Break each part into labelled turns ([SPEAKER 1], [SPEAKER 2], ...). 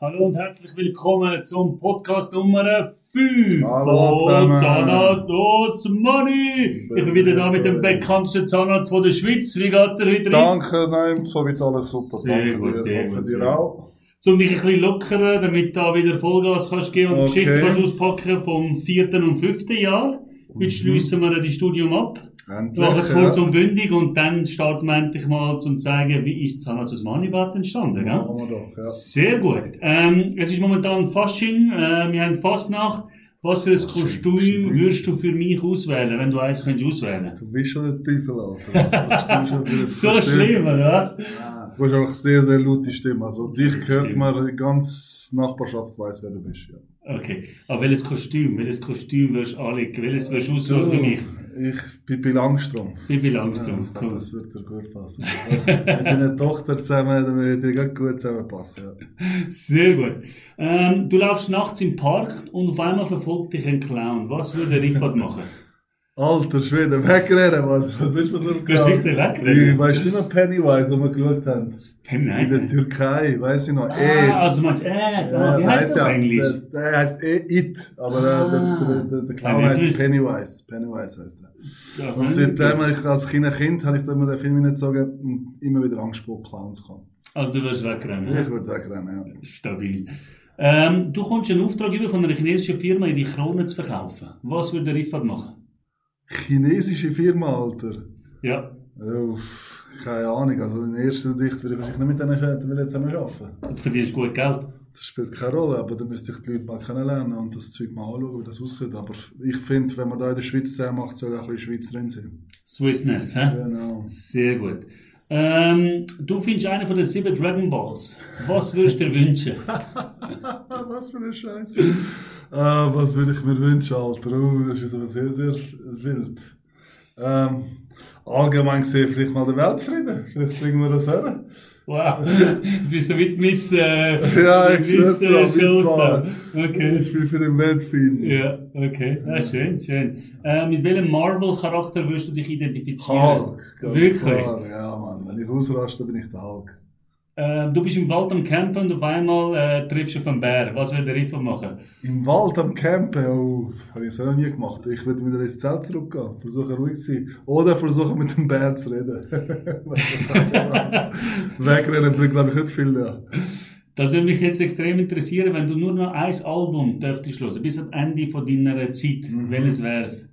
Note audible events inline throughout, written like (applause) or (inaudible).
[SPEAKER 1] Hallo und herzlich willkommen zum Podcast Nummer 5
[SPEAKER 2] Hallo zusammen.
[SPEAKER 1] Zahnarzt aus Money. Ich bin wieder da mit dem
[SPEAKER 2] Begrüße.
[SPEAKER 1] bekanntesten Zahnarzt von der Schweiz. Wie geht's dir heute? Rick?
[SPEAKER 2] Danke, nein, soweit alles super.
[SPEAKER 1] Sehr
[SPEAKER 2] Danke
[SPEAKER 1] gut,
[SPEAKER 2] dir.
[SPEAKER 1] sehr
[SPEAKER 2] Hoffe
[SPEAKER 1] gut,
[SPEAKER 2] dir
[SPEAKER 1] sehr
[SPEAKER 2] auch.
[SPEAKER 1] Um dich ein bisschen lockern, damit du da wieder Vollgas kannst geben und
[SPEAKER 2] Okay.
[SPEAKER 1] Geschichten kannst auspacken vom vierten und fünften Jahr. Jetzt schliessen wir das Studium ab.
[SPEAKER 2] Endlich.
[SPEAKER 1] Machen es
[SPEAKER 2] Mhm. ja.
[SPEAKER 1] kurz um- und bündig und dann starten wir endlich mal zum zeigen, wie ist Zahnarzt aus Manibad entstanden, gell?
[SPEAKER 2] Machen wir doch, ja.
[SPEAKER 1] Sehr gut. Ähm, es ist momentan Fasching, äh, wir haben Fastnacht. Was für ein Kostüm würdest du für mich auswählen, wenn du eins könntest auswählen?
[SPEAKER 2] Du bist schon der Teufel,
[SPEAKER 1] (laughs)
[SPEAKER 2] Alter. Was bist du schon für ein
[SPEAKER 1] So
[SPEAKER 2] Verstehen?
[SPEAKER 1] schlimm, oder was?
[SPEAKER 2] Du hast einfach sehr, sehr laute Stimme. Also dich
[SPEAKER 1] Laute
[SPEAKER 2] hört
[SPEAKER 1] Stimme.
[SPEAKER 2] man, die ganze Nachbarschaft weiß, wer du bist. Ja.
[SPEAKER 1] Okay. Aber welches Kostüm, welches Kostüm würdest du anlegen? Welches würdest du aussuchen für mich?
[SPEAKER 2] Ich bin Bill Langstrumpf.
[SPEAKER 1] Pippi Langstrumpf,
[SPEAKER 2] Ja,
[SPEAKER 1] cool.
[SPEAKER 2] Das wird dir gut passen. Mit deiner Tochter zusammen, dann würde dir gerade gut zusammenpassen. Ja.
[SPEAKER 1] Sehr gut. Ähm, du laufst nachts im Park und auf einmal verfolgt dich ein Clown. Was würde Riffat machen?
[SPEAKER 2] Alter Schwede, wegrennen, Mann. Was willst du von so einem
[SPEAKER 1] Du hast
[SPEAKER 2] Clown?
[SPEAKER 1] wirklich
[SPEAKER 2] Ich
[SPEAKER 1] weggeredet.
[SPEAKER 2] weiß nicht mehr Pennywise, wo wir geschaut haben. In der
[SPEAKER 1] Nein.
[SPEAKER 2] Türkei, weiß ich noch.
[SPEAKER 1] Ah, also
[SPEAKER 2] es.
[SPEAKER 1] du meinst, Ass. Ah, wie heißt das auf Englisch?
[SPEAKER 2] Der, der heißt eh It, aber äh,
[SPEAKER 1] Ah.
[SPEAKER 2] der, der, der, der
[SPEAKER 1] Ah,
[SPEAKER 2] Clown
[SPEAKER 1] wirklich?
[SPEAKER 2] heißt Pennywise. Pennywise heißt er.
[SPEAKER 1] Das
[SPEAKER 2] Und
[SPEAKER 1] habe ich nicht gewusst.
[SPEAKER 2] seitdem ich als kleiner Kind habe ich da immer den Film hineingezogen und immer wieder Angst vor Clowns gehabt.
[SPEAKER 1] Also du wirst wegrennen.
[SPEAKER 2] Ich würde wegrennen, ja.
[SPEAKER 1] Stabil. Ähm, du kommst einen Auftrag über von einer chinesischen Firma, ihre Kronen zu verkaufen. Was würde der Riffat machen?
[SPEAKER 2] Chinesische Firma, Alter.
[SPEAKER 1] Ja.
[SPEAKER 2] Uff, keine Ahnung. Also in erster Dicht würde ich wahrscheinlich nicht mit denen sch- mit denen zusammen arbeiten.
[SPEAKER 1] Du verdienst gut Geld.
[SPEAKER 2] Das spielt keine Rolle, aber da müsste ich die Leute mal kennenlernen und das Zeug mal anschauen, wie das aussieht. Aber ich finde, wenn man da in der Schweiz zusammen macht, soll auch ein bisschen Schweiz drin sein.
[SPEAKER 1] Swissness, hä?
[SPEAKER 2] Genau.
[SPEAKER 1] Sehr gut. Ähm, du findest einen von den sieben Dragon Balls. Was würdest du dir
[SPEAKER 2] (laughs)
[SPEAKER 1] wünschen?
[SPEAKER 2] Ah, was für eine Scheiße. (laughs) ah, was würde ich mir wünschen, Alter? Uh, das ist aber sehr, sehr wild. Ähm, allgemein gesehen vielleicht mal den Weltfrieden. Vielleicht bringen wir das her.
[SPEAKER 1] Wow. Jetzt bist du mit Miss, äh,
[SPEAKER 2] Ja, ich
[SPEAKER 1] Miss,
[SPEAKER 2] schwör's dir,
[SPEAKER 1] äh,
[SPEAKER 2] Miss
[SPEAKER 1] Showstar.
[SPEAKER 2] Wahl.
[SPEAKER 1] Okay.
[SPEAKER 2] Ich bin für den Weltfrieden.
[SPEAKER 1] Ja, okay. Ah, schön, schön. Äh, mit welchem Marvel-Charakter würdest du dich identifizieren?
[SPEAKER 2] Hulk, ganz
[SPEAKER 1] Wirklich?
[SPEAKER 2] klar. Ja, Mann. Wenn ich ausraste, bin ich der Hulk.
[SPEAKER 1] Ähm, du bist im Wald am Campen und auf einmal äh, triffst du auf einen Bär. Was würde der Riffel machen?
[SPEAKER 2] Im Wald am Campen, oh, das habe ich so noch nie gemacht. Ich würde wieder ins Zelt zurückgehen, versuchen ruhig zu sein. Oder versuchen mit dem Bär zu reden. (laughs)
[SPEAKER 1] (laughs)
[SPEAKER 2] Wegrennen bringt, glaube ich, nicht viel. Ja.
[SPEAKER 1] Das würde mich jetzt extrem interessieren, wenn du nur noch ein Album dürftest hören, bis am Ende von deiner Zeit.
[SPEAKER 2] Mhm.
[SPEAKER 1] Welches wär's?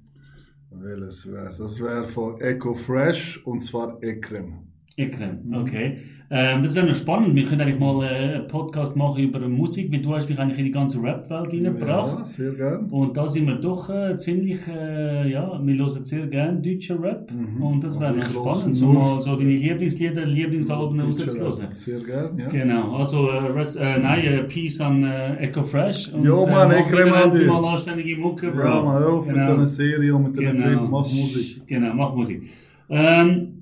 [SPEAKER 2] Welches wäre? Das wäre von Eco Fresh und zwar Ekrem. Mhm.
[SPEAKER 1] Ekrem, okay. Ähm, das wäre noch spannend. Wir können eigentlich mal äh, einen Podcast machen über Musik, weil du hast mich eigentlich in die ganze Rap-Welt reingebracht.
[SPEAKER 2] Ja, sehr gern.
[SPEAKER 1] Und da sind wir doch äh, ziemlich, äh, ja, wir hören sehr gerne deutschen Rap.
[SPEAKER 2] Mhm.
[SPEAKER 1] Und das wäre
[SPEAKER 2] Also
[SPEAKER 1] noch
[SPEAKER 2] ich
[SPEAKER 1] spannend,
[SPEAKER 2] höre
[SPEAKER 1] so
[SPEAKER 2] nur-
[SPEAKER 1] mal so deine Lieblingslieder, Lieblingsalben rauszuhören.
[SPEAKER 2] Sehr gern, ja.
[SPEAKER 1] Genau, also äh, Res- äh, nein, äh, Peace an äh, Echo Fresh. Und, äh,
[SPEAKER 2] Jo, Mann,
[SPEAKER 1] mach
[SPEAKER 2] Echo
[SPEAKER 1] wieder
[SPEAKER 2] Mann,
[SPEAKER 1] endlich
[SPEAKER 2] du.
[SPEAKER 1] mal anständige Mucke, Bro.
[SPEAKER 2] Ja, mal hör auf mit deiner Serie und mit deinem Film, mach Musik.
[SPEAKER 1] Genau, mach Musik. Ähm,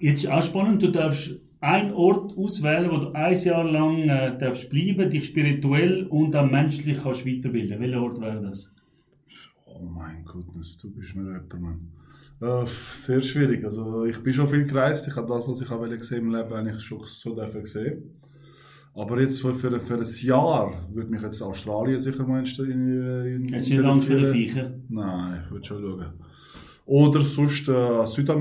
[SPEAKER 1] jetzt ist auch spannend, du darfst einen Ort auswählen, wo du ein Jahr lang äh, darfst bleiben, dich spirituell und auch menschlich kannst weiterbilden. Welcher Ort wäre das?
[SPEAKER 2] Oh mein Goodness, du bist mir jemand, Mann. Äh, sehr schwierig. Also ich bin schon viel gereist. Ich habe das, was ich auch wollte sehen im Leben, eigentlich schon so dürfen sehen. Aber jetzt für, für, für ein Jahr würde mich jetzt Australien sicher meinst du in, in
[SPEAKER 1] Hättest du nicht Angst vor den
[SPEAKER 2] interessieren.
[SPEAKER 1] Viecher?
[SPEAKER 2] Nein, ich würde schon schauen. Oder sonst äh,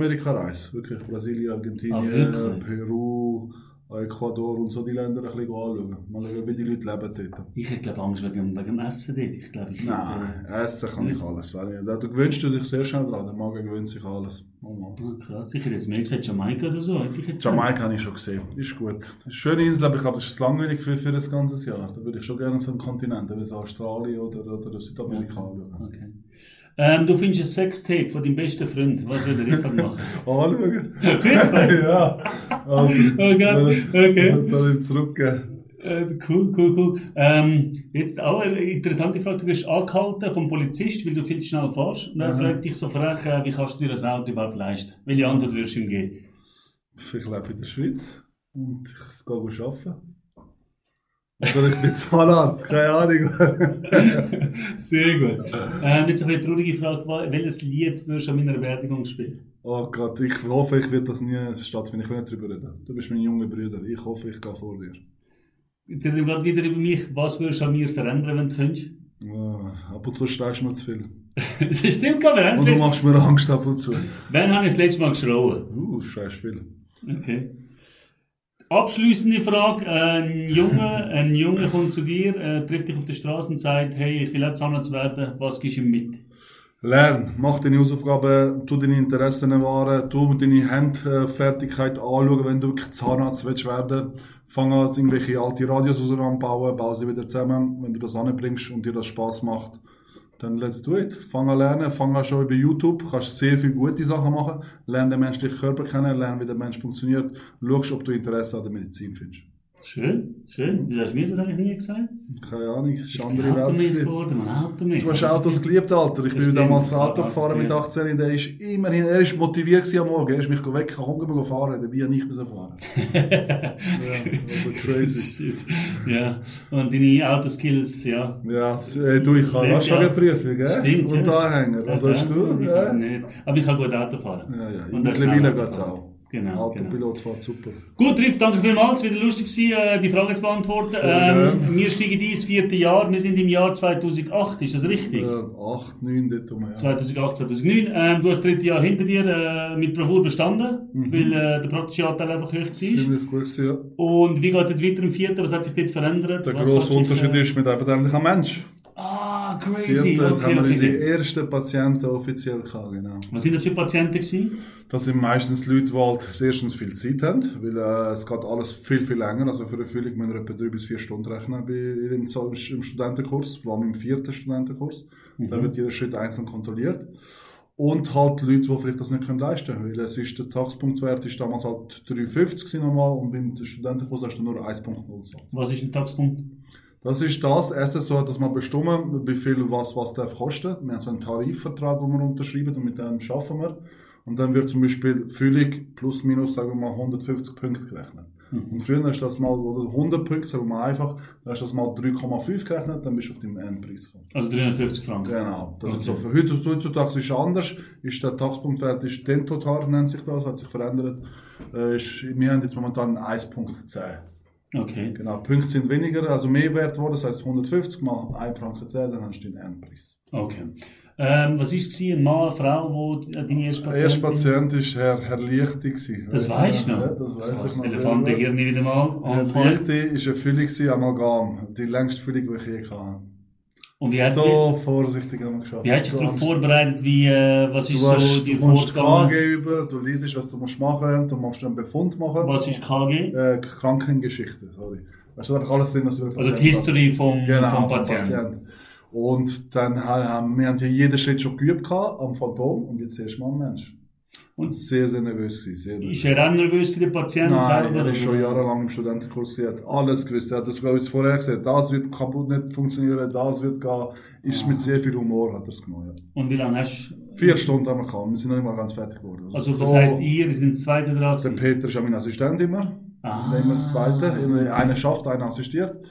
[SPEAKER 2] Südamerika-Reise. Wirklich Brasilien,
[SPEAKER 1] Ah,
[SPEAKER 2] Argentinien,
[SPEAKER 1] wirklich?
[SPEAKER 2] Peru, Ecuador und so die Länder ein bisschen anschauen. Mal schauen, wie die Leute leben dort.
[SPEAKER 1] Ich hätte glaube Angst wegen, wegen dem Essen dort. Ich glaube, ich
[SPEAKER 2] Nein,
[SPEAKER 1] hätte, äh,
[SPEAKER 2] essen kann ich alles. Sorry. Da du gewöhnst du dich sehr schnell dran, der Magen gewöhnt sich alles. Oh Mann.
[SPEAKER 1] äh, krass, ich hätte jetzt mehr gesagt Jamaika oder so. Hätte ich jetzt
[SPEAKER 2] Jamaika habe ich schon gesehen. Ist gut. Schöne Insel, aber ich glaube, das ist langweilig für, für das ganze Jahr. Da würde ich schon gerne so einen Kontinent, wie so Australien oder, oder Südamerika anschauen.
[SPEAKER 1] Okay. Ähm, du findest ein Sextape von deinem besten Freund. Was würde Riffert machen? (laughs)
[SPEAKER 2] Anschauen?
[SPEAKER 1] Wirklich?
[SPEAKER 2] ja. Also,
[SPEAKER 1] Oh Gott, okay.
[SPEAKER 2] Dann, dann zurückgeben.
[SPEAKER 1] Äh, cool, cool, cool. Ähm, jetzt auch eine interessante Frage. Du wirst angehalten vom Polizist, weil du viel zu schnell fährst. Und er fragt dich so frech, äh, wie kannst du dir das Auto überhaupt leisten? Welche Antwort würdest du ihm geben?
[SPEAKER 2] Ich lebe in der Schweiz und ich gehe arbeiten. Oder ich bin Zahnarzt, keine Ahnung.
[SPEAKER 1] Sehr gut. Ähm, jetzt eine traurige Frage. Wa- Welches Lied würdest du an meiner Beerdigung spielen?
[SPEAKER 2] Oh Gott, ich hoffe, ich werde das nie stattfinden. Ich will nicht drüber reden. Du bist mein junger Bruder. Ich hoffe, ich gehe vor dir.
[SPEAKER 1] Jetzt reden wir gerade wieder über mich. Was würdest du an mir verändern, wenn du könntest? (laughs)
[SPEAKER 2] Ah, ab und zu schreist du mir zu viel.
[SPEAKER 1] das stimmt, aber
[SPEAKER 2] Und du machst mir Angst ab und zu.
[SPEAKER 1] Wann habe ich das letzte Mal geschrauen?
[SPEAKER 2] Uh, schreist viel.
[SPEAKER 1] Okay. Abschließende Frage. Ein Junge, ein Junge kommt zu dir, äh, trifft dich auf der Straße und sagt, hey, ich will auch Zahnarzt werden, was gibst du ihm mit?
[SPEAKER 2] Lern, mach deine Hausaufgaben, tu deine Interessen wahren, tu deine Handfertigkeit anschauen, wenn du wirklich Zahnarzt willst werden Fang an, irgendwelche alte Radios auseinanderbauen, bau sie wieder zusammen. Wenn du das anbringst und dir das Spaß macht, dann let's do it. Fang an lernen, fang an schon über YouTube, kannst sehr viele gute Sachen machen. Lern den menschlichen Körper kennen, lern, wie der Mensch funktioniert. Schaust, ob du Interesse an der Medizin findest.
[SPEAKER 1] Schön, schön. Wieso hast du mir das eigentlich nie gesagt?
[SPEAKER 2] Keine Ahnung, es ist eine andere
[SPEAKER 1] Auto
[SPEAKER 2] Welt.
[SPEAKER 1] mich
[SPEAKER 2] gewesen.
[SPEAKER 1] geworden, man, Auto mich.
[SPEAKER 2] Du hast Autos geliebt, Alter.
[SPEAKER 1] (laughs)
[SPEAKER 2] Ich
[SPEAKER 1] Das
[SPEAKER 2] bin damals
[SPEAKER 1] stimmt.
[SPEAKER 2] Auto gefahren mit
[SPEAKER 1] Ja.
[SPEAKER 2] 18. Der ist immerhin, er ist motiviert gewesen am Morgen. Er ist mich weg, komm, gehen wir fahren. Dabei habe ich
[SPEAKER 1] (laughs)
[SPEAKER 2] nicht fahren. ja, also crazy.
[SPEAKER 1] Shit. Ja, und deine Autoskills, ja.
[SPEAKER 2] Ja, s- äh, du, ich habe
[SPEAKER 1] Ja.
[SPEAKER 2] Lastwagenprüfung, gell?
[SPEAKER 1] Stimmt.
[SPEAKER 2] Und
[SPEAKER 1] ja.
[SPEAKER 2] Anhänger.
[SPEAKER 1] Ja,
[SPEAKER 2] Also hast
[SPEAKER 1] das-
[SPEAKER 2] du,
[SPEAKER 1] Ich weiß
[SPEAKER 2] ja?
[SPEAKER 1] nicht. Aber ich kann gut Auto fahren.
[SPEAKER 2] Ja, ja.
[SPEAKER 1] Und das
[SPEAKER 2] Mittlerweile
[SPEAKER 1] schnell
[SPEAKER 2] geht's
[SPEAKER 1] fahren.
[SPEAKER 2] auch.
[SPEAKER 1] Genau, genau.
[SPEAKER 2] Autopilot fährt super.
[SPEAKER 1] Gut, Riff, danke vielmals. Wieder lustig gewesen, äh, die Frage zu beantworten.
[SPEAKER 2] Sehr
[SPEAKER 1] Ähm,
[SPEAKER 2] gerne.
[SPEAKER 1] wir steigen ein ins vierte Jahr. Wir sind im Jahr 2008, ist das richtig?
[SPEAKER 2] Äh, 8, 9, dort um rum, ja.
[SPEAKER 1] 2008, 2009. Ähm, du hast das dritte Jahr hinter dir äh, mit Bravour bestanden, weil äh, der praktische Anteil einfach hoch war.
[SPEAKER 2] Mhm. Ziemlich gut gewesen, ja.
[SPEAKER 1] Und wie geht es jetzt weiter im vierten? Was hat sich dort verändert?
[SPEAKER 2] Der
[SPEAKER 1] Was
[SPEAKER 2] grosse
[SPEAKER 1] hat sich,
[SPEAKER 2] Unterschied
[SPEAKER 1] äh,
[SPEAKER 2] ist, wir dürfen endlich ein Mensch.
[SPEAKER 1] Ah, crazy.
[SPEAKER 2] Vierter haben
[SPEAKER 1] Okay,
[SPEAKER 2] wir unsere
[SPEAKER 1] okay.
[SPEAKER 2] ersten Patienten offiziell gehabt, genau.
[SPEAKER 1] Was sind das für Patienten gewesen?
[SPEAKER 2] Das sind meistens Leute, die halt erstens viel Zeit haben, weil äh, es geht alles viel, viel länger. Also für eine Füllung müssen wir etwa drei bis vier Stunden rechnen bei, im, im Studentenkurs, vor allem im vierten Studentenkurs.
[SPEAKER 1] Mhm.
[SPEAKER 2] Da wird jeder Schritt einzeln kontrolliert. Und halt Leute, die vielleicht das nicht können leisten können, weil es ist, der Taxpunktwert ist damals halt 3,50 gewesen normal und beim Studentenkurs hast du nur 1,0 gezahlt.
[SPEAKER 1] Was ist ein Taxpunkt?
[SPEAKER 2] Das ist das. Erstens so, dass man bestimmen, wie viel was, was darf kosten. Wir haben so einen Tarifvertrag, den wir unterschreiben und mit dem schaffen wir. Und dann wird zum Beispiel völlig plus minus, sagen wir mal, 150 Punkte gerechnet. Und früher hast du das mal, oder 100 Punkte, sagen wir mal einfach, dann hast du das mal 3,5 gerechnet, dann bist du auf deinem Endpreis gekommen.
[SPEAKER 1] Also 350 Franken.
[SPEAKER 2] Genau. Das ist so.
[SPEAKER 1] Okay.
[SPEAKER 2] Für heute, heutzutage ist es anders. Ist der Taxpunktwert ist Dentotar, nennt sich das, hat sich verändert. Äh, ist, wir haben jetzt momentan 1.10.
[SPEAKER 1] Okay.
[SPEAKER 2] Genau, Punkte sind weniger, also mehr wert geworden, das heißt 150 mal 1 Franken 10, dann hast du den Endpreis.
[SPEAKER 1] Okay. Ähm, was war es? Ein Mann, eine Frau, wo d- deine erste
[SPEAKER 2] Der
[SPEAKER 1] Patientin...
[SPEAKER 2] erste Patient war Herr, Herr Lichti. gewesen.
[SPEAKER 1] Das
[SPEAKER 2] Weiss
[SPEAKER 1] weisst du
[SPEAKER 2] ich
[SPEAKER 1] noch?
[SPEAKER 2] Ja, das weiß ich noch. sehr
[SPEAKER 1] Elefant der
[SPEAKER 2] gut.
[SPEAKER 1] Hirn wieder mal. Und,
[SPEAKER 2] Herr Lichti war eine Füllung gewesen, Amalgam. Die längste Füllung, die ich je hatte.
[SPEAKER 1] und wie, hat,
[SPEAKER 2] so vorsichtig haben wir geschafft.
[SPEAKER 1] wie, wie hast du dich
[SPEAKER 2] So
[SPEAKER 1] darauf
[SPEAKER 2] Angst.
[SPEAKER 1] vorbereitet? Wie, äh, was ist
[SPEAKER 2] Du, hast,
[SPEAKER 1] so die
[SPEAKER 2] du kommst
[SPEAKER 1] Vorgabe?
[SPEAKER 2] KG über, du liest, was du musst machen du musst einen Befund machen.
[SPEAKER 1] Was ist KG?
[SPEAKER 2] Äh, Krankengeschichte, sorry. Da steht einfach alles drin, was du wirklich
[SPEAKER 1] Also die
[SPEAKER 2] selbst hast.
[SPEAKER 1] History vom,
[SPEAKER 2] Genau,
[SPEAKER 1] vom
[SPEAKER 2] vom
[SPEAKER 1] Patienten.
[SPEAKER 2] Patienten. Und dann ha- haben wir haben ja jeden Schritt schon geübt gehabt, am Phantom und jetzt erst mal am Mensch.
[SPEAKER 1] Und-
[SPEAKER 2] Und sehr, sehr nervös gewesen. Sehr nervös.
[SPEAKER 1] Ist er auch nervös, der Patient
[SPEAKER 2] Nein,
[SPEAKER 1] selber?
[SPEAKER 2] er
[SPEAKER 1] oder?
[SPEAKER 2] ist schon jahrelang im Studentenkurs, er hat alles gewusst. Er hat das sogar uns vorher gesagt, das wird kaputt nicht funktionieren, das wird gehen. Ist
[SPEAKER 1] Ah.
[SPEAKER 2] mit sehr viel Humor hat er es genommen. Ja.
[SPEAKER 1] Und wie lange hast du...
[SPEAKER 2] Vier Stunden haben wir gehabt, wir sind noch nicht mal ganz fertig geworden.
[SPEAKER 1] Also das heisst, ihr seid das zweite dran
[SPEAKER 2] der
[SPEAKER 1] gewesen?
[SPEAKER 2] Peter ist ja mein Assistent immer. Das
[SPEAKER 1] Ah.
[SPEAKER 2] ist Also immer das Zweite. Immer Einer schafft, einer assistiert.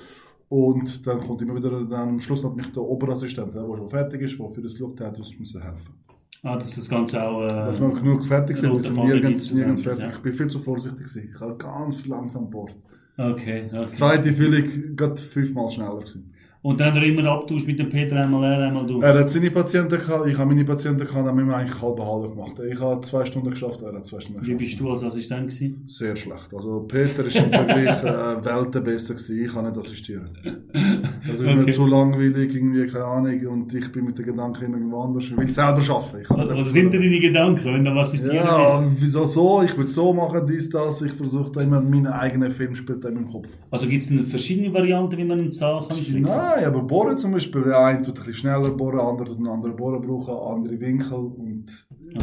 [SPEAKER 2] Und dann kommt immer wieder, dann am Schluss hat mich der Oberassistent, der der schon fertig ist, der für das geschaut hat, uns müssen helfen.
[SPEAKER 1] Ah, dass das Ganze auch... Äh,
[SPEAKER 2] Dass wir genug fertig sind, wir
[SPEAKER 1] Roter
[SPEAKER 2] sind
[SPEAKER 1] Faden
[SPEAKER 2] nirgends,
[SPEAKER 1] gibt's
[SPEAKER 2] nirgends
[SPEAKER 1] zusammen,
[SPEAKER 2] fertig.
[SPEAKER 1] ja.
[SPEAKER 2] Ich bin viel zu vorsichtig gewesen. Ich habe ganz langsam bohrt.
[SPEAKER 1] okay, okay.
[SPEAKER 2] Zweite Füllung, gerade fünfmal schneller gewesen.
[SPEAKER 1] Und dann hat er immer den Abtausch mit dem Peter, einmal er, einmal du.
[SPEAKER 2] Er hat seine Patienten gehabt, ich habe meine Patienten gehabt, dann haben wir eigentlich halbe halbe gemacht. Ich habe zwei Stunden geschafft, er hat zwei Stunden
[SPEAKER 1] Wie
[SPEAKER 2] geschafft.
[SPEAKER 1] bist du als Assistent gewesen?
[SPEAKER 2] Sehr schlecht. Also Peter ist im Vergleich äh, Welten besser gewesen. Ich kann nicht assistieren. Das ist mir
[SPEAKER 1] Okay.
[SPEAKER 2] zu langweilig, irgendwie keine Ahnung. Und ich bin mit den Gedanken immer irgendwo anders. Ich will selber schaffen. Ich kann nicht
[SPEAKER 1] Was
[SPEAKER 2] einfach
[SPEAKER 1] Also sind
[SPEAKER 2] so-
[SPEAKER 1] denn deine Gedanken, wenn du was ist
[SPEAKER 2] Ja, wieso so? Ich will so machen, dies, das. Ich versuche da immer meinen eigenen Film spielt da in meinem Kopf.
[SPEAKER 1] Also gibt es denn verschiedene Varianten, wie man einen Saal kann flicken?
[SPEAKER 2] Nein, aber bohren zum Beispiel. Der eine tut ein bisschen schneller bohren, der andere tut einen anderen Bohren brauchen, andere Winkel. Und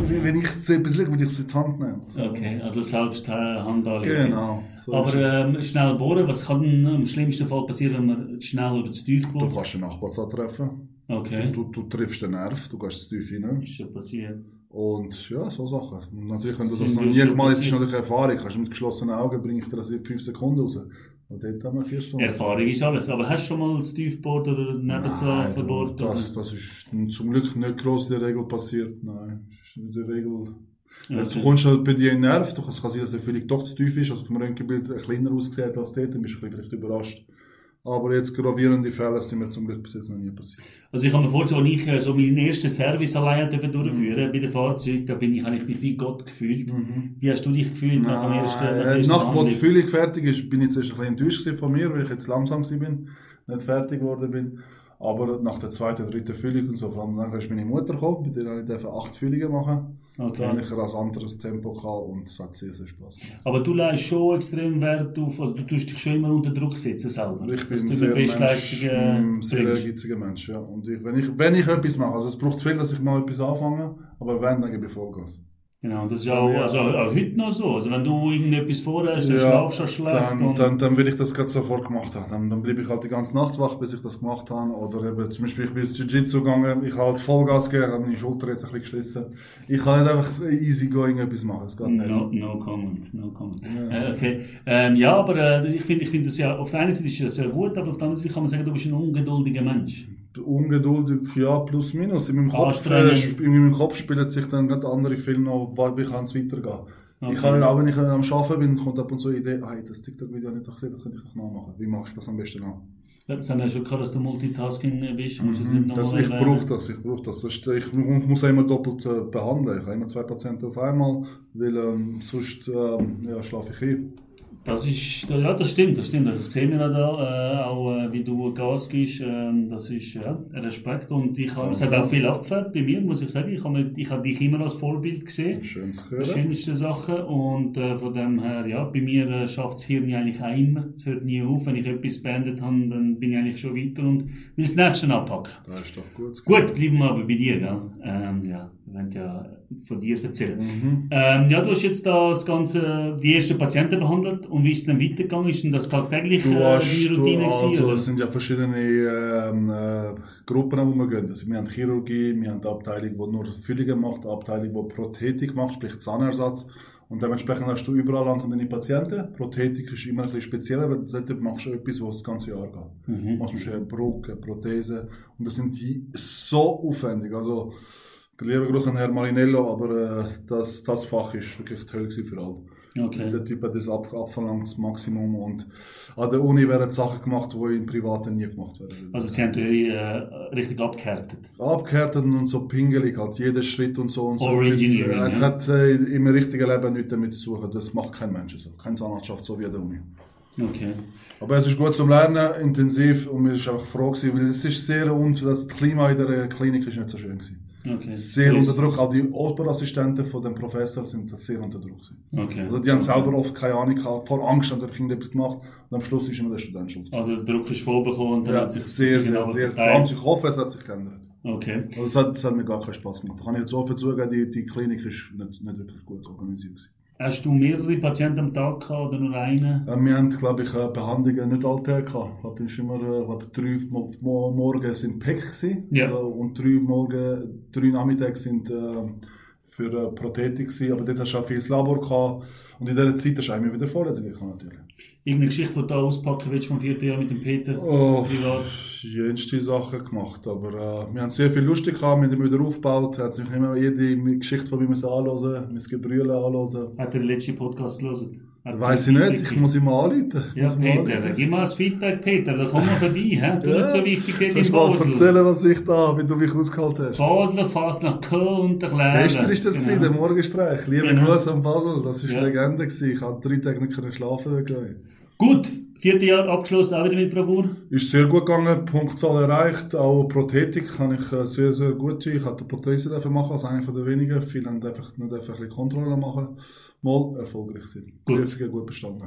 [SPEAKER 2] wenn ich es etwas liege, würde ich es in die Hand nehmen.
[SPEAKER 1] Okay, also selbst äh, Handanlegen.
[SPEAKER 2] Genau. So
[SPEAKER 1] Aber
[SPEAKER 2] ist es.
[SPEAKER 1] ähm, schnell bohren, was kann denn ähm, im schlimmsten Fall passieren, wenn man zu schnell oder zu tief
[SPEAKER 2] du
[SPEAKER 1] bohrt?
[SPEAKER 2] kannst den Nachbarn antreffen.
[SPEAKER 1] Okay,
[SPEAKER 2] Du, du triffst den Nerv, du gehst tief rein.
[SPEAKER 1] ist schon passiert.
[SPEAKER 2] Und ja, so Sachen. Und natürlich, wenn du das
[SPEAKER 1] Sind
[SPEAKER 2] noch
[SPEAKER 1] wir
[SPEAKER 2] nie
[SPEAKER 1] schon
[SPEAKER 2] gemacht hast, ist
[SPEAKER 1] passiert?
[SPEAKER 2] natürlich Erfahrung. Kannst du mit geschlossenen Augen bringe ich dir das in 5 Sekunden raus. Und dort haben wir 4 Stunden.
[SPEAKER 1] Erfahrung ist alles. Aber hast du schon mal zu tief gebohrt oder Nebenzahl
[SPEAKER 2] Nein,
[SPEAKER 1] verbohrt? oder-
[SPEAKER 2] das, das ist zum Glück nicht gross in der Regel passiert. Nein, das ist in der Regel. Also, du
[SPEAKER 1] Okay.
[SPEAKER 2] kommst halt bei dir in den Nerv, du kannst- es kann sein, dass der Füllung doch zu tief ist, also vom Röntgenbild ein kleiner aussieht als dort, dann bist du vielleicht überrascht. Aber jetzt gravierende Fälle sind mir zum Glück bis jetzt noch nie passiert.
[SPEAKER 1] Also ich kann mir vorstellen, als ich äh, so meinen ersten Service alleine durfte durchführen
[SPEAKER 2] Mhm.
[SPEAKER 1] bei den Fahrzeugen, da bin ich, habe ich mich wie Gott gefühlt. Wie hast du dich gefühlt nach dem ersten, nach der
[SPEAKER 2] Äh,
[SPEAKER 1] ersten
[SPEAKER 2] nach wo die
[SPEAKER 1] Behandlung?
[SPEAKER 2] Füllung fertig ist, bin ich zuerst ein bisschen enttäuscht gewesen von mir, weil ich jetzt langsam gewesen bin, nicht fertig geworden bin. Aber nach der zweiten, dritten Füllung und so, vor allem dann ist meine Mutter gekommen, mit der habe ich dürfen acht Füllungen machen. Da habe
[SPEAKER 1] Okay.
[SPEAKER 2] ich ein anderes Tempo gehabt und es hat sehr, sehr Spaß gemacht.
[SPEAKER 1] Aber du leistest schon extrem Wert auf, also du tust dich schon immer unter Druck setzen selber.
[SPEAKER 2] Ich bin
[SPEAKER 1] dass
[SPEAKER 2] ein
[SPEAKER 1] du
[SPEAKER 2] sehr,
[SPEAKER 1] über
[SPEAKER 2] Mensch,
[SPEAKER 1] Bestleistungen
[SPEAKER 2] mm,
[SPEAKER 1] äh,
[SPEAKER 2] sehr
[SPEAKER 1] bringst.
[SPEAKER 2] ehrgeiziger Mensch. Ja. Und ich, wenn, ich, wenn ich etwas mache, also es braucht viel, dass ich mal etwas anfange, aber wenn, dann gebe ich Vollgas.
[SPEAKER 1] Genau, das ist auch,
[SPEAKER 2] Ja.
[SPEAKER 1] also auch auch heute noch so. Also wenn du irgendetwas vorhast, dann
[SPEAKER 2] Ja,
[SPEAKER 1] schlafst du auch schlecht.
[SPEAKER 2] Dann,
[SPEAKER 1] und
[SPEAKER 2] dann, dann will ich das gerade sofort gemacht haben. Dann, dann bleibe ich halt die ganze Nacht wach, bis ich das gemacht habe. Oder eben, zum Beispiel, ich bin ins Jiu-Jitsu gegangen, ich habe halt Vollgas gegeben, habe meine Schulter jetzt ein bisschen geschlissen. Ich kann nicht einfach easy going etwas machen, es geht nicht.
[SPEAKER 1] No, no comment, no comment.
[SPEAKER 2] Ja.
[SPEAKER 1] Äh, okay. ähm, ja, aber äh, ich finde ich find das ja, auf der einen Seite ist das sehr gut, aber auf der anderen Seite kann man sagen, du bist ein ungeduldiger Mensch.
[SPEAKER 2] Ungeduldig, ja, plus minus. In meinem, Kopf,
[SPEAKER 1] Anstrengend.
[SPEAKER 2] äh, sp- in meinem Kopf spielen sich dann gerade andere Filme noch, wa- wie kann es weitergehen.
[SPEAKER 1] Okay.
[SPEAKER 2] Ich kann auch, wenn ich am Arbeiten bin, kommt ab und zu die Idee, hey, das TikTok-Video habe ich doch gesehen, das könnte ich doch nachmachen. Wie mache ich das am besten an?
[SPEAKER 1] Ja, Das haben wir ja schon gehabt, dass du Multitasking bist. Musst du das nicht
[SPEAKER 2] Mhm.
[SPEAKER 1] äh,
[SPEAKER 2] Das,
[SPEAKER 1] nochmal
[SPEAKER 2] ich brauche das, ich brauche das. das ist, ich mu- muss ja immer doppelt äh, behandeln. Ich habe immer 2% auf einmal, weil ähm, sonst ähm, ja, schlafe ich ein.
[SPEAKER 1] Das ist, ja, das stimmt, das stimmt. Also, Das sehen wir ja da, äh, auch äh, wie du Gas gibst. ähm, das ist ja, Respekt. Und ich habe, es hat auch viel abgefärbt bei mir, muss ich sagen. Ich habe, mir- ich habe dich immer als Vorbild gesehen.
[SPEAKER 2] Schön zu
[SPEAKER 1] Die
[SPEAKER 2] hören.
[SPEAKER 1] schönsten Sachen. Und äh, von dem her, ja, bei mir äh, schafft das Hirn eigentlich auch immer. Es hört nie auf. Wenn ich etwas beendet habe, dann bin ich eigentlich schon weiter und will das nächste anpacken.
[SPEAKER 2] Das ist doch gut.
[SPEAKER 1] Gut, bleiben wir aber bei dir, gell? Ähm, ja, wir wollen ja von dir erzählen.
[SPEAKER 2] Mhm.
[SPEAKER 1] Ähm, ja, du hast jetzt da das ganze, die ersten Patienten behandelt und wie ist es dann weitergegangen? Ist denn das tagtäglich äh,
[SPEAKER 2] Du hast,
[SPEAKER 1] deine
[SPEAKER 2] du,
[SPEAKER 1] Routine gewesen?
[SPEAKER 2] also,
[SPEAKER 1] oder?
[SPEAKER 2] es sind ja verschiedene ähm, äh, Gruppen, wo wir gehen. Also, wir haben Chirurgie, wir haben die Abteilung, die nur Füllungen macht, die Abteilung, die Prothetik macht, sprich Zahnersatz. Und dementsprechend hast du überall langsam deine Patienten. Prothetik ist immer ein bisschen spezieller, weil dort machst du etwas, was das ganze Jahr geht.
[SPEAKER 1] Mhm.
[SPEAKER 2] machst du eine Brücke, eine Prothese. Und das sind die so aufwendig. Also, lieber Gruß an Herrn Marinello, aber äh, das, das Fach ist wirklich die Hölle gewesen für alle.
[SPEAKER 1] Okay.
[SPEAKER 2] Der Typ hat das ab, abverlangt, das Maximum. Und an der Uni werden Sachen gemacht, die im Privaten nie gemacht werden.
[SPEAKER 1] Also sie haben euch äh, richtig abgehärtet.
[SPEAKER 2] Abgehärtet und so pingelig, halt jeder Schritt und so und so.
[SPEAKER 1] Overengineering,
[SPEAKER 2] Es- äh, Es
[SPEAKER 1] ja.
[SPEAKER 2] hat äh, im richtigen Leben nichts damit zu suchen. Das macht kein Mensch so. Keine Zahnarzt schafft so wie an der Uni.
[SPEAKER 1] Okay.
[SPEAKER 2] Aber es ist gut zum Lernen, intensiv und mir ist einfach froh gewesen, weil es ist sehr und das Klima in der Klinik ist nicht so schön gewesen.
[SPEAKER 1] okay.
[SPEAKER 2] Sehr
[SPEAKER 1] Das-
[SPEAKER 2] unter Druck, auch die Oberassistenten von dem Professor sind das sehr unter Druck gewesen.
[SPEAKER 1] Okay.
[SPEAKER 2] Also die haben selber oft keine Ahnung gehabt, vor Angst haben sie einfach irgendetwas gemacht und am Schluss ist immer der Student schuld.
[SPEAKER 1] Also der Druck ist vorbekommen und dann
[SPEAKER 2] Ja,
[SPEAKER 1] hat sich genau
[SPEAKER 2] sehr, sehr, sehr.
[SPEAKER 1] verteilt.
[SPEAKER 2] Ganz, ich hoffe, es hat sich geändert.
[SPEAKER 1] Okay.
[SPEAKER 2] Also es, hat, es hat mir gar keinen Spaß gemacht. Da kann ich jetzt offen zugeben, die, die Klinik ist nicht, nicht wirklich gut organisiert gewesen.
[SPEAKER 1] Hast du mehrere Patienten am Tag gehabt oder nur einen?
[SPEAKER 2] Äh, Wir haben, glaube ich, äh, Behandlungen nicht alltäglich gehabt. Ich glaube, es war immer äh, ich glaube, drei Mo- Mo- Morgen sind Pack gewesen.
[SPEAKER 1] Ja.
[SPEAKER 2] Also, und drei, Morgen, drei Nachmittag sind äh, für äh, Prothetik gewesen. Aber dort hast du auch viel das Labor gehabt. Und in dieser Zeit hast du auch immer wieder Vorlesungen gehabt, natürlich.
[SPEAKER 1] Irgendeine Geschichte, die du da auspacken willst vom vierten Jahr mit dem Peter?
[SPEAKER 2] Oh,
[SPEAKER 1] Privat.
[SPEAKER 2] jenste Sachen gemacht. Aber äh, wir haben sehr viel Lustig gehabt, wir haben immer wieder aufgebaut. Es hat sich immer jede Geschichte von mir müssen anhören, mein Gebrülle anhören.
[SPEAKER 1] Hat er den letzten Podcast gelesen? Hat er
[SPEAKER 2] Weiß ich
[SPEAKER 1] Feedback
[SPEAKER 2] nicht, ich
[SPEAKER 1] gegeben?
[SPEAKER 2] muss immer anrufen.
[SPEAKER 1] Ja,
[SPEAKER 2] Muss immer
[SPEAKER 1] Peter,
[SPEAKER 2] anrufen.
[SPEAKER 1] gib mal das Feedback, Peter, da komm mal vorbei. He? Du nicht so wichtig dort
[SPEAKER 2] Kannst
[SPEAKER 1] in
[SPEAKER 2] du mal
[SPEAKER 1] Basel.
[SPEAKER 2] erzählen, was ich da, wie du mich ausgehalten hast?
[SPEAKER 1] Basler fast nach Genau. Köln und erklären.
[SPEAKER 2] Gestern war das, gewesen, der Morgenstreich. Liebe
[SPEAKER 1] Genau.
[SPEAKER 2] Grüße an Basel, das war
[SPEAKER 1] Ja.
[SPEAKER 2] Legende. Gewesen. Ich konnte drei Tage nicht können schlafen. wegen
[SPEAKER 1] Gut, vierte Jahr abgeschlossen, auch wieder mit Bravour.
[SPEAKER 2] euch. Ist sehr gut gegangen, Punktzahl erreicht. Auch Prothetik habe ich äh, sehr, sehr gute. Ich hatte Prothese dafür machen, als einer von den wenigen. Viele haben einfach nur einfach ein bisschen Kontrolle machen. Mal erfolgreich sind.
[SPEAKER 1] Gut.
[SPEAKER 2] Prüfungen gut bestanden.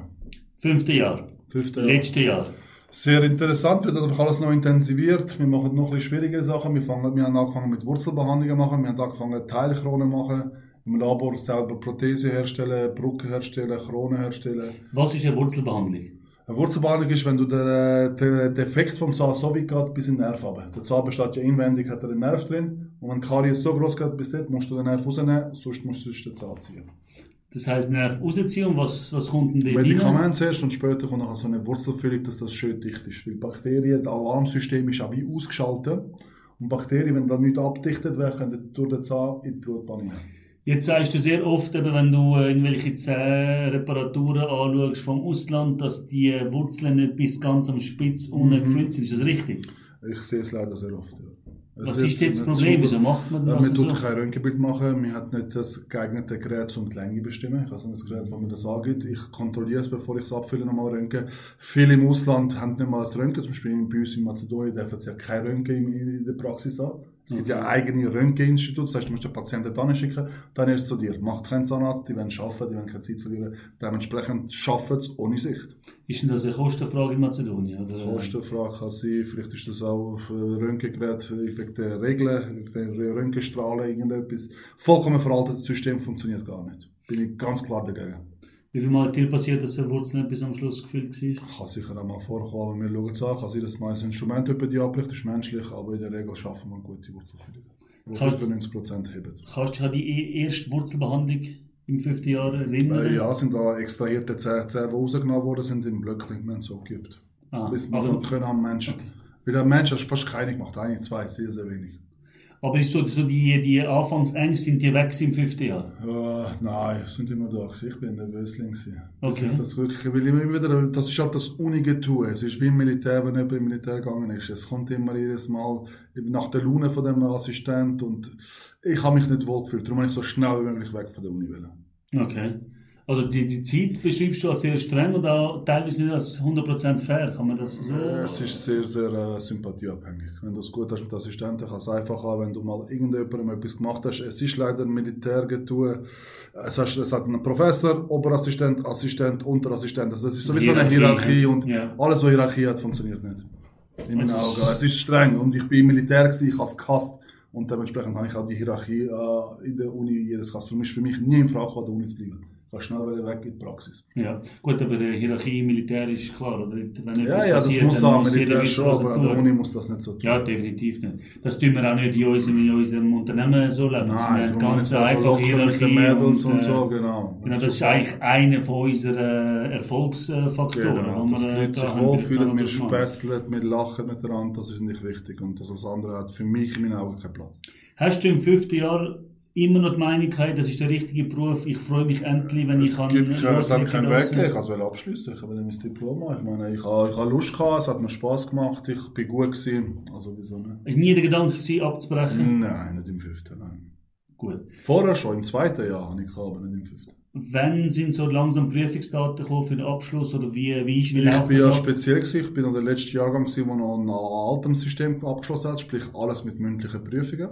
[SPEAKER 1] Fünfte Jahr,
[SPEAKER 2] Fünfte Jahr.
[SPEAKER 1] letzte Jahr.
[SPEAKER 2] Sehr interessant, wird einfach alles noch intensiviert. Wir machen noch ein bisschen schwierige Sachen. Wir, fangen, wir haben angefangen mit Wurzelbehandlungen machen, wir haben angefangen Teilkronen machen, im Labor selber Prothese herstellen, Brücken herstellen, Kronen herstellen.
[SPEAKER 1] Was ist eine Wurzelbehandlung?
[SPEAKER 2] Eine Wurzelbehandlung ist, wenn du den, äh, den Defekt vom Zahn so weit geht, bis in den Nerv runter. Der Zahn besteht ja inwendig, hat er den Nerv drin. Und wenn die Karies so groß geht bis dort, musst du den Nerv rausnehmen, sonst musst du den Zahn ziehen.
[SPEAKER 1] Das heisst, Nerv rausziehen und was, was kommt denn dort rein?
[SPEAKER 2] Medikamente zuerst und später kommt nachher so eine Wurzelfüllung, dass das schön dicht ist. Weil Bakterien, das Alarmsystem ist auch wie ausgeschaltet. Und Bakterien, wenn da nicht abdichtet werden, können durch den Zahn in die Blutbahn hinein.
[SPEAKER 1] Jetzt sagst du sehr oft, eben, wenn du äh, irgendwelche Zähne Reparaturen anschaust vom Ausland, dass die äh, Wurzeln nicht bis ganz am Spitz unten
[SPEAKER 2] Mhm.
[SPEAKER 1] gefüllt sind. Ist das richtig?
[SPEAKER 2] Ich sehe es leider sehr oft. Ja. Es
[SPEAKER 1] Was
[SPEAKER 2] wird
[SPEAKER 1] ist jetzt das
[SPEAKER 2] nicht
[SPEAKER 1] Problem?
[SPEAKER 2] sauber.
[SPEAKER 1] Wieso macht man
[SPEAKER 2] Äh,
[SPEAKER 1] das
[SPEAKER 2] man
[SPEAKER 1] so?
[SPEAKER 2] tut kein Röntgenbild machen, man hat nicht das geeignete Gerät, um die Länge zu bestimmen. Ich habe so ein Gerät, wo mir das angibt. Ich kontrolliere es, bevor ich es abfülle, nochmal Röntgen. Viele im Ausland haben nicht mal das Röntgen, zum Beispiel bei uns in Mazedonien dürfen sie ja kein Röntgen in, in der Praxis an. Es gibt ja eigene Röntgeninstitute, das heißt, du musst den Patienten dann schicken, dann erst zu dir. Macht keinen Zahnarzt, die werden arbeiten, die werden keine Zeit verlieren. Dementsprechend schaffen sie ohne Sicht.
[SPEAKER 1] Ist denn das eine Kostenfrage in Mazedonien? Oder?
[SPEAKER 2] Kostenfrage kann sein, vielleicht ist das auch auf äh, Röntgengerät wegen der Regeln, wegen der Röntgenstrahlen, irgendetwas. Vollkommen veraltetes System funktioniert gar nicht. Bin ich ganz klar dagegen.
[SPEAKER 1] Wie viel Mal ist dir passiert, dass eine Wurzel nicht bis am Schluss gefüllt war?
[SPEAKER 2] Kann sicher auch mal vorkommen, aber wir schauen es an. Kann sein, dass ein neues Instrument über die abbricht, ist menschlich, aber in der Regel schaffen wir gute Wurzelfüllung. Wo
[SPEAKER 1] Kannst-
[SPEAKER 2] 95% heben.
[SPEAKER 1] Kannst du dich an die e- erste Wurzelbehandlung im fünften Jahr erinnern?
[SPEAKER 2] Äh, ja, sind da extrahierte Zähne, Zähne, die rausgenommen worden sind, im Blöckling, wir haben es so geübt.
[SPEAKER 1] Ah,
[SPEAKER 2] Bis wir es
[SPEAKER 1] aber,
[SPEAKER 2] noch können am Menschen. Weil der Mensch hat fast keine gemacht, eigentlich zwei, sehr, sehr wenig.
[SPEAKER 1] aber ist so, so die, die Anfangsängste sind die weg im fünften Jahr?
[SPEAKER 2] Äh, nein, es sind immer da. gewesen. Ich bin nervös gewesen.
[SPEAKER 1] Okay.
[SPEAKER 2] Ich das wirklich, weil immer wieder, das ist halt das Ungetue. Es ist wie im Militär, wenn jemand im Militär gegangen ist. Es kommt immer jedes Mal nach der Laune von dem Assistent und ich habe mich nicht wohl gefühlt. Darum habe ich so schnell wie möglich weg von der Uni wollen.
[SPEAKER 1] Okay. Also die, die Zeit beschreibst du als sehr streng und auch teilweise nicht als 100% fair, kann man das so...
[SPEAKER 2] Es ist sehr, sehr äh, sympathieabhängig. Wenn du es gut hast mit Assistenten, kann es einfach haben, wenn du mal irgendjemandem etwas gemacht hast. Es ist leider Militärgetue. Es, hast, es hat einen Professor, Oberassistent, Assistent, Unterassistent. Also es ist sowieso eine
[SPEAKER 1] Hierarchie,
[SPEAKER 2] Hierarchie
[SPEAKER 1] ja.
[SPEAKER 2] und
[SPEAKER 1] Ja.
[SPEAKER 2] alles, was Hierarchie hat, funktioniert nicht. In meinen
[SPEAKER 1] Es ist-
[SPEAKER 2] Augen. Es ist streng und ich bin im Militär, gewesen, ich habe es gehasst. Und dementsprechend habe ich auch die Hierarchie äh, in der Uni jedes gehasst. Darum ist für mich nie in Frage gekommen, an der Uni zu bleiben. Ich kann schnell wieder weg in die Praxis.
[SPEAKER 1] Ja, gut, aber äh, Hierarchie im Militär ist klar, oder? Wenn
[SPEAKER 2] Ja,
[SPEAKER 1] etwas
[SPEAKER 2] ja, das
[SPEAKER 1] passiert,
[SPEAKER 2] muss
[SPEAKER 1] dann
[SPEAKER 2] auch
[SPEAKER 1] muss jeder
[SPEAKER 2] Militär
[SPEAKER 1] wissen,
[SPEAKER 2] schon,
[SPEAKER 1] was er
[SPEAKER 2] aber an der
[SPEAKER 1] tut.
[SPEAKER 2] Uni muss das nicht so tun.
[SPEAKER 1] Ja, definitiv nicht. Das tun wir auch nicht in unserem, in unserem Unternehmen so leben. Also wir haben
[SPEAKER 2] darum
[SPEAKER 1] ganz
[SPEAKER 2] ist das so
[SPEAKER 1] einfach
[SPEAKER 2] locker mit den Mädels und,
[SPEAKER 1] äh,
[SPEAKER 2] so, genau.
[SPEAKER 1] Genau, das ist eigentlich einer von unseren äh, Erfolgsfaktoren.
[SPEAKER 2] Genau,
[SPEAKER 1] wo
[SPEAKER 2] dass die
[SPEAKER 1] wir, äh,
[SPEAKER 2] Leute
[SPEAKER 1] da
[SPEAKER 2] sich
[SPEAKER 1] haben bei der
[SPEAKER 2] wohlfühlen, wir
[SPEAKER 1] Zahnarztmann.
[SPEAKER 2] späßeln, wir lachen miteinander, das ist nicht wichtig. Und das alles andere hat für mich in meinen Augen keinen Platz.
[SPEAKER 1] Hast du im fünften Jahr immer noch die Meinung gehabt, das ist der richtige Beruf, ich freue mich endlich, wenn ich
[SPEAKER 2] Es,
[SPEAKER 1] kann... ne,
[SPEAKER 2] gibt kein, es hat
[SPEAKER 1] loslegen
[SPEAKER 2] keinen Weg,
[SPEAKER 1] lassen?
[SPEAKER 2] gegeben. ich wollte es abschließen, ich habe dann mein Diplom. gemacht. Ich meine, ich habe, ich habe Lust gehabt, es hat mir Spass gemacht, ich bin gut gewesen. Also wieso nicht?
[SPEAKER 1] Es war nie der Gedanke, gewesen, abzubrechen?
[SPEAKER 2] Mhm. Nein, nicht im fünften, nein.
[SPEAKER 1] Gut.
[SPEAKER 2] Vorher schon, im zweiten Jahr habe ich gehabt, aber nicht im fünften.
[SPEAKER 1] Wann sind so langsam Prüfungsdaten gekommen für den Abschluss oder wie, wie ist, wie
[SPEAKER 2] Ich
[SPEAKER 1] läuft
[SPEAKER 2] bin
[SPEAKER 1] das
[SPEAKER 2] ja
[SPEAKER 1] ab?
[SPEAKER 2] speziell, gewesen. ich bin an der letzten Jahrgang, gewesen, wo noch nach altem System abgeschlossen hat, sprich alles mit mündlichen Prüfungen.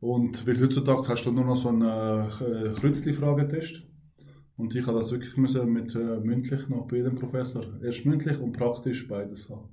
[SPEAKER 2] Und weil heutzutage hast du nur noch so einen äh, Kreuzli-Fragetest. Und ich habe das wirklich müssen mit äh, mündlich noch bei jedem Professor. Erst mündlich und praktisch beides haben.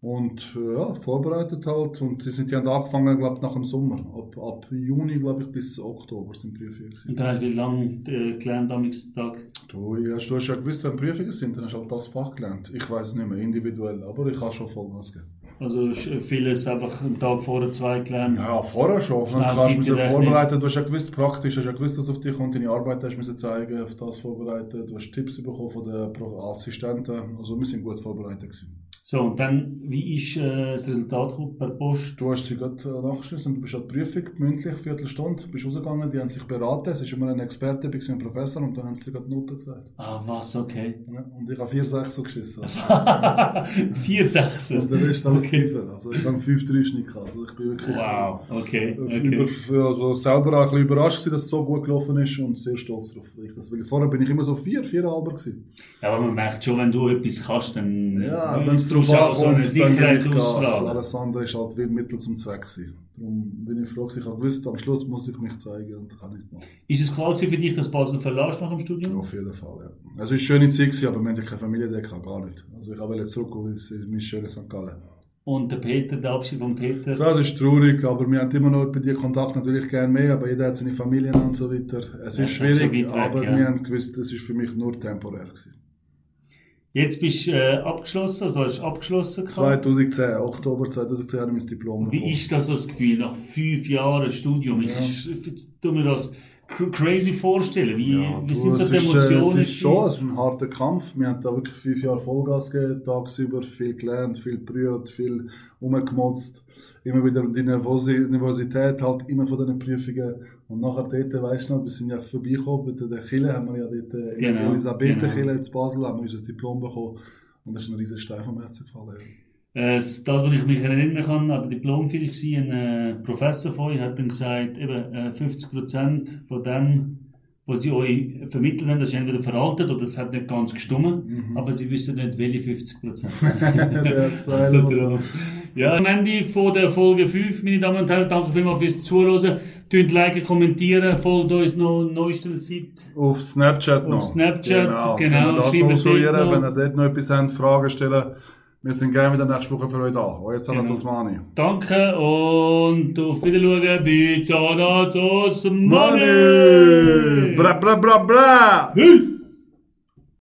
[SPEAKER 2] Und äh, ja, vorbereitet halt. Und sie sind die haben angefangen, glaube ich, nach dem Sommer. Ab, ab Juni, glaube ich, bis Oktober sind Prüfungen. gewesen.
[SPEAKER 1] Und dann hast du wie lange äh, gelernt am nächsten Tag?
[SPEAKER 2] Du, ja, du hast ja gewusst, wenn Prüfungen sind, dann hast du halt das Fach gelernt. Ich weiß es nicht mehr, individuell, aber ich habe schon Vollgas gegeben.
[SPEAKER 1] Also sch- vieles einfach einen Tag vorher zwei gelernt.
[SPEAKER 2] Ja, vorher schon. Dann
[SPEAKER 1] Schnell
[SPEAKER 2] kannst du mich
[SPEAKER 1] Zeitgedächtnis.
[SPEAKER 2] vorbereiten, du hast ja gewusst, praktisch, hast ja gewusst, dass auf dich kommt, deine Arbeit hast müssen zeigen, auf das vorbereitet, du hast Tipps bekommen von den Pro- Assistenten, also wir sind gut vorbereitet gewesen.
[SPEAKER 1] So, und dann, wie ist äh, das Resultat gekommen per Post?
[SPEAKER 2] Du hast sie gerade äh, nachgeschissen und du bist an die Prüfung, mündlich, Viertelstunde, bist rausgegangen, die haben sich beraten, es ist immer ein Experte, ich ein Professor und dann haben sie dir gerade die Noten gesagt.
[SPEAKER 1] Ah, was, okay. (laughs)
[SPEAKER 2] Ja, und ich habe vier Sechser geschissen.
[SPEAKER 1] Vier Sechser.
[SPEAKER 2] Und der Rest alles Kiefer. Also ich habe 5-3 Schnitt gehabt. Also ich bin wirklich
[SPEAKER 1] Wow, okay.
[SPEAKER 2] äh, über,
[SPEAKER 1] okay.
[SPEAKER 2] also selber auch ein bisschen überrascht, gewesen, dass es so gut gelaufen ist und sehr stolz darauf. Ich das, weil vorher bin ich immer so 4, 4,5 gewesen.
[SPEAKER 1] Ja, aber man merkt schon, wenn du etwas kannst, dann
[SPEAKER 2] Ja,
[SPEAKER 1] äh,
[SPEAKER 2] wenn es
[SPEAKER 1] tust
[SPEAKER 2] darauf
[SPEAKER 1] du auch so eine
[SPEAKER 2] ankommt, dann gebe
[SPEAKER 1] Sicherheit
[SPEAKER 2] ich Gas.
[SPEAKER 1] ausstrahlen.
[SPEAKER 2] Alles andere ist halt wie Mittel zum Zweck gewesen. Darum bin ich froh, gewesen. ich habe gewusst, am Schluss muss ich mich zeigen und kann ich machen.
[SPEAKER 1] Ist es klar gewesen für dich, dass du Basel verlässt nach dem Studium?
[SPEAKER 2] Auf jeden Fall, ja. Also es war eine schöne Zeit, gewesen, aber wir hatten ja keine Familie, da, gar nicht. Also ich wollte zurück ins, ins schöne St. Gallen.
[SPEAKER 1] Und der Peter, der Abschied von Peter?
[SPEAKER 2] Das ist traurig, aber wir haben immer noch bei dir Kontakt, natürlich gerne mehr, aber jeder hat seine Familien und so weiter. Es
[SPEAKER 1] Ja, es ist
[SPEAKER 2] ist
[SPEAKER 1] schon
[SPEAKER 2] schwierig,
[SPEAKER 1] weit weg,
[SPEAKER 2] aber
[SPEAKER 1] ja.
[SPEAKER 2] wir haben gewusst, es ist für mich nur temporär. Gewesen.
[SPEAKER 1] Jetzt bist du äh, abgeschlossen, also du hast abgeschlossen. gehabt.
[SPEAKER 2] 2010, Oktober 2010 habe ich mein Diplom
[SPEAKER 1] Wie ist das so das Gefühl nach fünf Jahren Studium? Ich,
[SPEAKER 2] Ja.
[SPEAKER 1] ich, ich tu mir das cr- crazy vorstellen? Wie, wie sind so
[SPEAKER 2] es
[SPEAKER 1] die
[SPEAKER 2] ist, äh,
[SPEAKER 1] Emotionen?
[SPEAKER 2] Es ist schon, es ist ein harter Kampf. Wir haben da wirklich fünf Jahre Vollgas gegeben, tagsüber viel gelernt, viel berührt, viel umgemotzt. Immer wieder die Nervosi- Nervosität halt immer von diesen Prüfungen. Und nachher dort, weisst du noch, wir sind ja vorbeigekommen, bei der Kille haben wir ja dort, äh, in
[SPEAKER 1] Genau,
[SPEAKER 2] der Elisabethen-Kille
[SPEAKER 1] genau.
[SPEAKER 2] in Basel, haben wir unser Diplom bekommen. Und da ist ein riesen Stein vom Herzen gefallen.
[SPEAKER 1] Äh, Das, was ich mich erinnern kann, an der Diplomfeier war ein äh, Professor von euch, hat dann gesagt, eben, äh, 50% von dem, was sie euch vermittelt haben, das ist entweder veraltet oder das hat nicht ganz gestummen, aber sie wissen nicht, welche 50%.
[SPEAKER 2] Der Zeiler.
[SPEAKER 1] Also darum. ja, am Ende von der Folge 5, meine Damen und Herren, danke vielmals fürs Zuhören. Tönt liken, kommentieren, folgt uns noch neuester Seite.
[SPEAKER 2] Auf Snapchat noch.
[SPEAKER 1] Snapchat, genau,
[SPEAKER 2] Können wir das
[SPEAKER 1] schreiben
[SPEAKER 2] noch
[SPEAKER 1] dort noch.
[SPEAKER 2] ausprobieren, wenn ihr dort noch etwas habt, Fragen stellen. Wir sind gerne wieder nächste Woche für euch da. Oh, Euer Zanas
[SPEAKER 1] Genau.
[SPEAKER 2] Osmani.
[SPEAKER 1] Danke und auf Wiedersehen bei Zahnarzt
[SPEAKER 2] Money!
[SPEAKER 1] Money!
[SPEAKER 2] Bra, bra, bra, bra!
[SPEAKER 1] Hey!